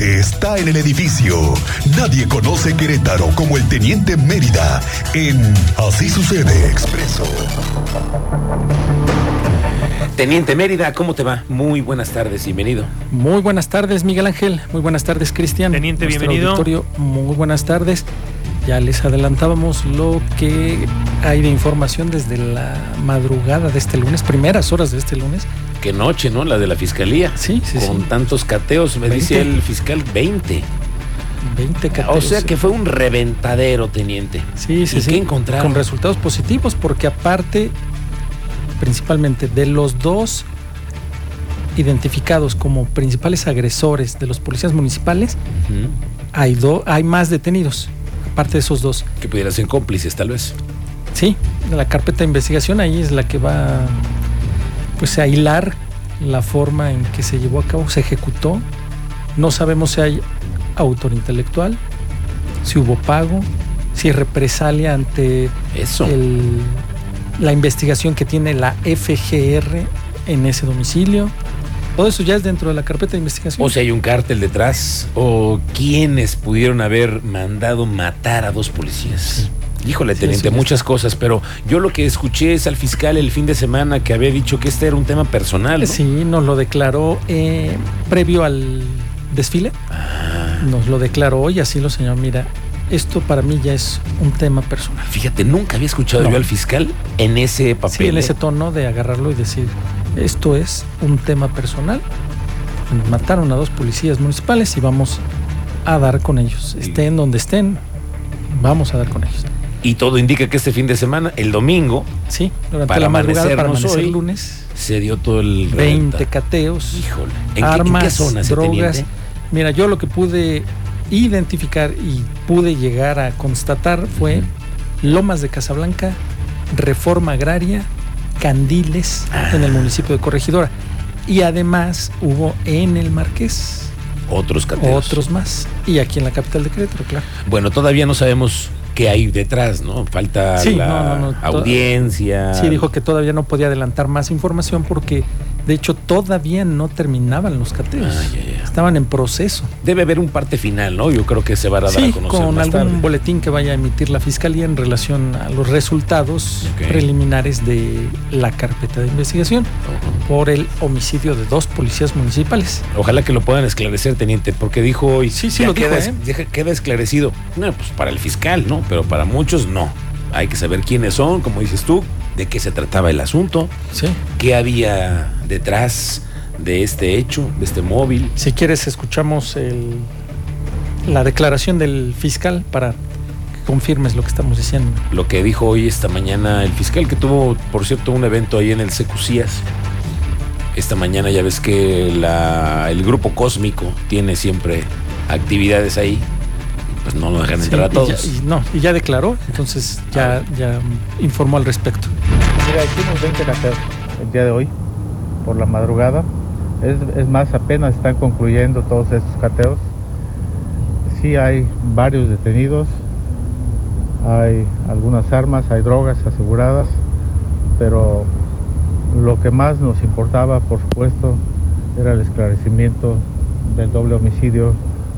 está en el edificio. Nadie conoce Querétaro como el Teniente Mérida en Así Sucede Expreso. Teniente Mérida, ¿cómo te va? Muy buenas tardes, bienvenido. Muy buenas tardes, Miguel Ángel. Muy buenas tardes, Cristian. Teniente, Nuestro bienvenido. auditorio, muy buenas tardes. Ya les adelantábamos lo que hay de información desde la madrugada de este lunes, primeras horas de este lunes. Qué noche, ¿no? La de la fiscalía. Sí, sí, Con sí. tantos cateos, me dice 20. el fiscal 20. 20 O cateos. sea que fue un reventadero, teniente. Sí, sí, ¿Y sí. qué encontraron? Con resultados positivos, porque aparte, principalmente de los dos identificados como principales agresores de los policías municipales, Ujú. hay, do- hay más detenidos, aparte de esos dos. Que pudieran ser cómplices, tal vez. Sí, la carpeta de investigación ahí es la que va pues a hilar la forma en que se llevó a cabo, se ejecutó. No sabemos si hay autor intelectual, si hubo pago, si hay represalia ante Eso. el- la investigación que tiene la FGR en ese domicilio. Todo eso ya es dentro de la carpeta de investigación. O si hay un cártel detrás. O quienes pudieron haber mandado matar a dos policías. Híjole, Sí, teniente, sí, sí. muchas cosas, pero yo lo que escuché es al fiscal el fin de semana que había dicho que este era un tema personal. ¿no? Sí, nos lo declaró eh, previo al desfile. Ah. Nos lo declaró y así lo señor. Mira, esto para mí ya es un tema personal. Fíjate, nunca había escuchado No. yo al fiscal en ese papel. Sí, en ¿eh? ese tono de agarrarlo y decir, esto es un tema personal. Nos mataron a dos policías municipales y vamos a dar con ellos. Sí. Estén donde estén, vamos a dar con ellos. Y todo indica que este fin de semana, el domingo, Sí, durante Para la madrugada para amanecernos amanecer hoy. el lunes, se dio todo el 20 reventa. cateos, Híjole. ¿En qué- en armas, qué zona se eh? drogas. teniente? Mira, yo lo que pude identificar y pude llegar a constatar fue Ujú. Lomas de Casablanca, Reforma Agraria, Candiles en Ah. el municipio de Corregidora. Y además hubo en el Marqués Otros cateos. otros más. Y aquí en la capital de Querétaro, claro. Bueno, todavía no sabemos qué hay detrás, ¿no? Falta Sí, la no, no, no, to- audiencia. Sí, dijo que todavía no podía adelantar más información porque, de hecho, todavía no terminaban los cateos. Ah, ya, ya. Estaban en proceso. Debe haber un parte final, ¿no? Yo creo que se va a dar a Sí, conocer con más algún tarde. boletín que vaya a emitir la fiscalía en relación a los resultados Ok. preliminares de la carpeta de investigación Ujú. por el homicidio de dos policías municipales. Ojalá que lo puedan esclarecer, teniente, porque dijo hoy. Sí, sí ya lo dijo, queda, ¿eh? deja- queda esclarecido. No, pues para el fiscal, ¿no? Pero para muchos no. Hay que saber quiénes son, como dices tú, de qué se trataba el asunto, Sí. qué había detrás de este hecho, de este móvil. Si quieres, escuchamos el- la declaración del fiscal para que confirmes lo que estamos diciendo. Lo que dijo hoy esta mañana el fiscal, que tuvo, por cierto, un evento ahí en el Secucías. Esta mañana ya ves que la- el grupo cósmico tiene siempre actividades ahí. Pues no lo dejan Sí, entrar a y todos. ya- y no, y ya declaró, entonces ya, ya informó al respecto. Mira, hicimos 20 cateos el día de hoy, por la madrugada. Es, es más, apenas están concluyendo todos estos cateos. Sí hay varios detenidos, hay algunas armas, hay drogas aseguradas, pero lo que más nos importaba, por supuesto, era el esclarecimiento del doble homicidio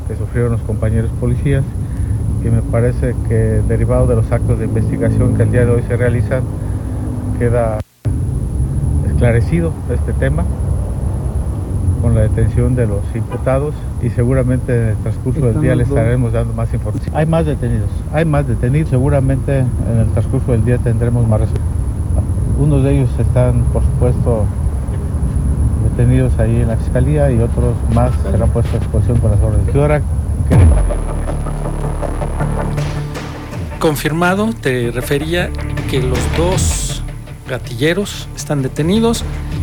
que sufrieron los compañeros policías, que me parece que derivado de los actos de investigación que el día de hoy se realizan, queda esclarecido este tema con la detención de los imputados y seguramente en el transcurso del día le estaremos dando más información. Hay más detenidos, hay más detenidos, seguramente en el transcurso del día tendremos más resultados. Unos de ellos están, por supuesto, detenidos ahí en la fiscalía y otros más serán puestos a disposición con las órdenes. Y ahora que- Confirmado, te refería que los dos gatilleros están detenidos.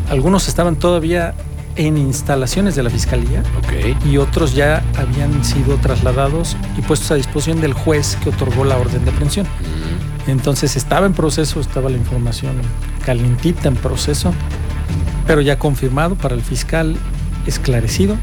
Algunos estaban todavía en instalaciones de la fiscalía Ok. y otros ya habían sido trasladados y puestos a disposición del juez que otorgó la orden de aprehensión. Mm. Entonces estaba en proceso, estaba la información calentita en proceso, pero ya confirmado para el fiscal esclarecido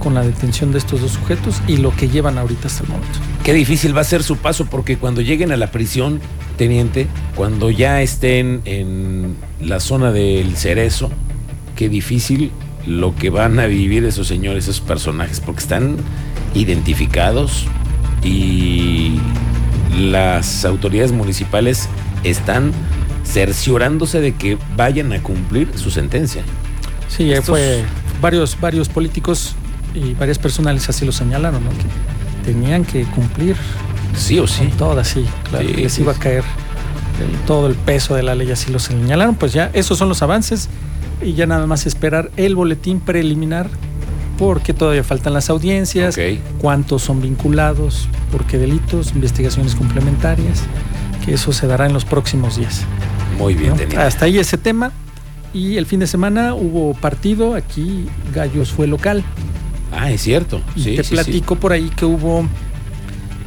con la detención de estos dos sujetos y lo que llevan ahorita hasta el momento. Qué difícil va a ser su paso porque cuando lleguen a la prisión, teniente, cuando ya estén en la zona del cerezo, qué difícil lo que van a vivir esos señores, esos personajes, porque están identificados y las autoridades municipales están cerciorándose de que vayan a cumplir su sentencia. Sí, eh, fue varios, varios políticos y varias personales así lo señalaron, ¿no? que tenían que cumplir Sí o sí. con todas, sí, claro, Sí, que les sí, iba a sí. caer el- todo el peso de la ley, así lo señalaron. Pues ya, esos son los avances y ya nada más esperar el boletín preliminar porque todavía faltan las audiencias, Ok. cuántos son vinculados, por qué delitos, investigaciones complementarias, que eso se dará en los próximos días. Muy bien, ¿no? Ah, teniente. Hasta ahí ese tema. Y el fin de semana hubo partido, aquí Gallos fue local. Ah, es cierto. Y Sí, te sí, sí. platico por ahí que hubo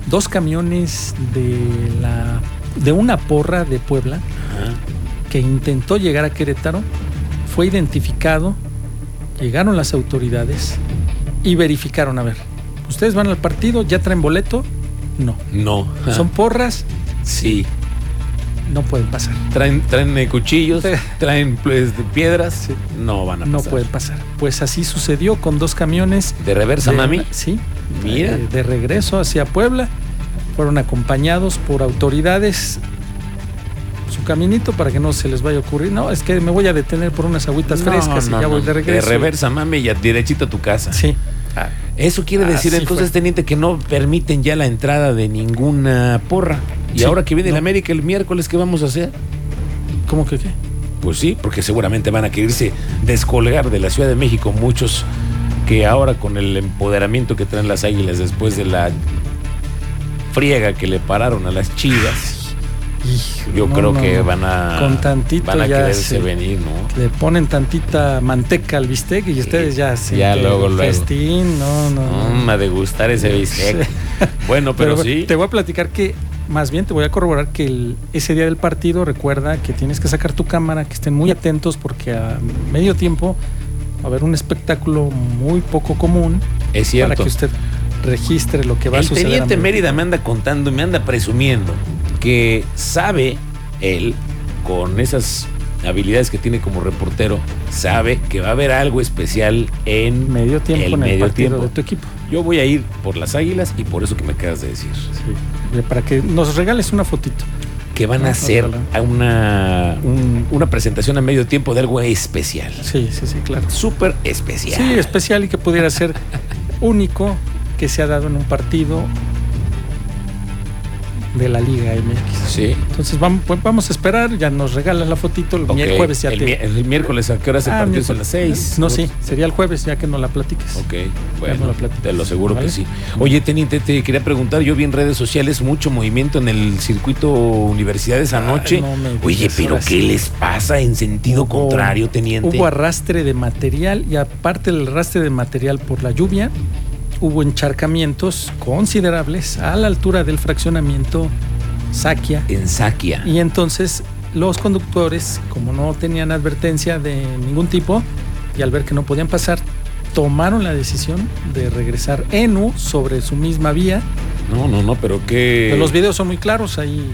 dos camiones de la de una porra de Puebla Ajá. que intentó llegar a Querétaro, fue identificado, llegaron las autoridades y verificaron, a ver, ustedes van al partido, ya traen boleto? No. No. Son porras, Sí. no pueden pasar. Traen, traen eh, cuchillos, Sí. traen pues, piedras. No van a No pasar. pueden pasar. Pues así sucedió con dos camiones ¿De reversa, de- mami? Sí. Mira. eh, De regreso hacia Puebla. Fueron acompañados por autoridades. Su caminito para que no se les vaya a ocurrir. No, es que me voy a detener por unas agüitas No, frescas no, y ya voy no. de regreso. De reversa, mami, y a- derechito a tu casa. Sí. Eso quiere decir Así entonces, fue. teniente, que no permiten ya la entrada de ninguna porra. Y Sí, ahora que viene no. el América el miércoles, ¿qué vamos a hacer? ¿Cómo que qué? Pues sí, porque seguramente van a quererse descolgar de la Ciudad de México muchos que ahora con el empoderamiento que traen las águilas después de la friega que le pararon a las chivas, Hijo, yo no, creo no, que no. van a, Con tantito van a ya quererse se- venir, ¿no? Le ponen tantita manteca al bistec y ustedes ya se. ya luego, luego. Festín, no, no. no. Mm, a degustar ese bistec. Ah. Sí. Bueno, pero, sí. Te voy a platicar que, más bien te voy a corroborar que el- ese día del partido recuerda que tienes que sacar tu cámara, que estén muy atentos porque a medio tiempo va a haber un espectáculo muy poco común Es para cierto. que usted registre lo que va a El suceder. teniente a medio Mérida me anda contando, me anda presumiendo que sabe él, con esas habilidades que tiene como reportero, sabe que va a haber algo especial tiempo. en... medio tiempo el en el medio partido tiempo. de tu equipo. Yo voy a ir por las águilas y por eso que me acabas de decir. Eh, Para que nos regales una fotito. Que van No, a no, hacer Ah, ojalá. a una, un- una presentación a medio tiempo de algo especial. Sí, sí, sí, claro. Súper especial. Sí, especial y que pudiera ser único que se ha dado en un partido de la Liga MX. Sí. Entonces vamos, pues, vamos a esperar, ya nos regalas la fotito el Ok, mier- jueves ya el, te- mi- el miércoles, ¿a qué hora se Ah, partió? miércoles. ¿A las seis? No, sí, sería el jueves ya que nos la platiques. Ok, no bueno, la platicas, te lo aseguro ¿vale? que sí. Oye, Teniente, te quería preguntar, yo vi en redes sociales mucho movimiento en el circuito universidades anoche. no me digas, Oye, pero ahora ¿qué sí. les pasa en sentido Hubo- contrario, Teniente? Hubo arrastre de material y aparte del arrastre de material por la lluvia, hubo encharcamientos considerables a la altura del fraccionamiento Saquia. en Saquia. Y entonces los conductores, como no tenían advertencia de ningún tipo y al ver que no podían pasar, tomaron la decisión de regresar en U sobre su misma vía. No, no, no, pero qué, Pero los videos son muy claros ahí.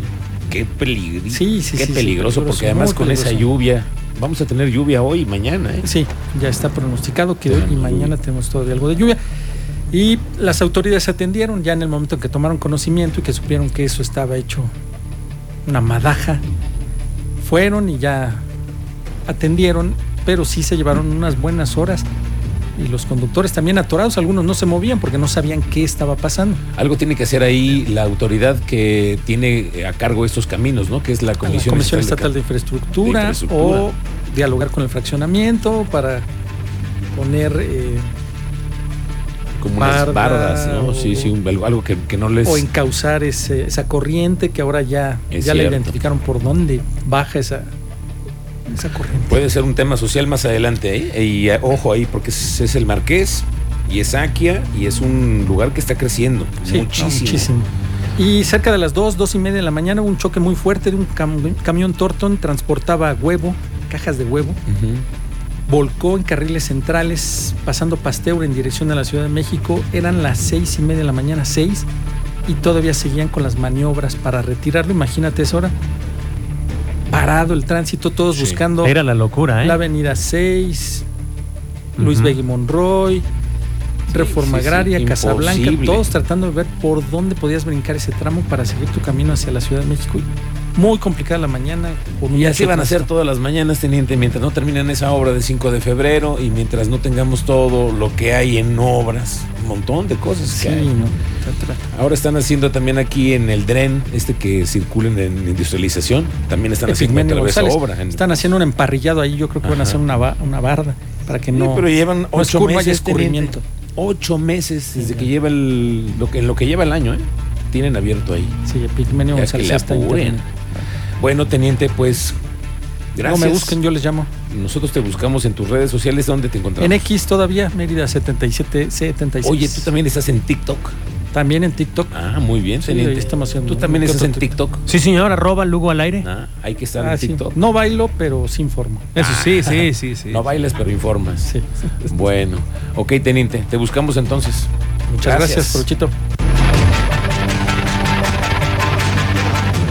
qué, peligro, Sí, sí, qué sí, sí, peligroso, peligroso, porque además muy con esa peligroso. lluvia, vamos a tener lluvia hoy y mañana, ¿eh? Sí, ya está pronosticado que hoy y Tenemos mañana lluvia. tenemos todavía algo de lluvia. Y las autoridades atendieron ya en el momento en que tomaron conocimiento y que supieron que eso estaba hecho una madaja. Fueron y ya atendieron, pero sí se llevaron unas buenas horas. Y los conductores también atorados, algunos no se movían porque no sabían qué estaba pasando. Algo tiene que hacer ahí la autoridad que tiene eh, a cargo estos caminos, ¿no? Que es la a la Comisión, Comisión Estatal de Infraestructura, de Infraestructura. o dialogar con el fraccionamiento para poner eh, Como unas Barda bardas, ¿no? o- Sí, sí, un- algo que, que no les... o encauzar ese- esa corriente que ahora ya, Es ya la cierto. identificaron por dónde baja esa, esa corriente. Puede ser un tema social más adelante, ¿eh? Y eh, ojo ahí, porque es, es el Marqués y es Aquia y es un lugar que está creciendo Sí, muchísimo. no, Y cerca de las 2, 2 y media de la mañana hubo un choque muy fuerte de un cam- camión Torton, transportaba huevo, cajas de huevo, Ujú. volcó en carriles centrales, pasando Pasteur en dirección a la Ciudad de México. Eran las 6 y media de la mañana, 6, y todavía seguían con las maniobras para retirarlo. Imagínate esa hora. Parado el tránsito, todos Sí. buscando Era la locura, ¿eh? La Avenida 6, Luis Ujú. Begui Monroy, Reforma sí, sí, Agraria, imposible. Casablanca, todos tratando de ver por dónde podías brincar ese tramo para seguir tu camino hacia la Ciudad de México. Y Muy complicada la mañana. con Y así mucho van a ser tránsito. todas las mañanas, teniente, mientras no terminen esa obra de 5 de febrero y mientras no tengamos todo lo que hay en obras, un montón de cosas que Sí, hay. no, te atrapa. Ahora están haciendo también aquí en el DREN, este que circulen en industrialización, también están haciendo Epigmenio otra vez González. obra. en- Están haciendo un emparrillado ahí, yo creo que van a Ajá. hacer una, ba- una barda para que Sí, no... pero llevan es ocho curva, ya meses. es corrimiento. teniente. Ocho meses desde este Sí, que ya. lleva el, lo que, en lo que lleva el año, ¿eh? Tienen abierto ahí. Sí, Epigmenio Ya que González le está apuren. interviniendo. Bueno, teniente, pues gracias. No me busquen, yo les llamo. Nosotros te buscamos en tus redes sociales, ¿dónde te encontramos? En X todavía, Mérida 77, 76. Oye, tú también estás en TikTok. También en TikTok. Ah, muy bien, Sí, teniente. ahí estamos haciendo tú también un que estás en otro TikTok. Sí, señor, arroba Lugo al aire. Ah, hay que estar Ah, en sí. TikTok. No bailo, pero sí informo. Eso sí, sí, sí, sí. No bailes, pero informas. Sí. Bueno, ok, teniente, te buscamos entonces. Muchas gracias, Prochito.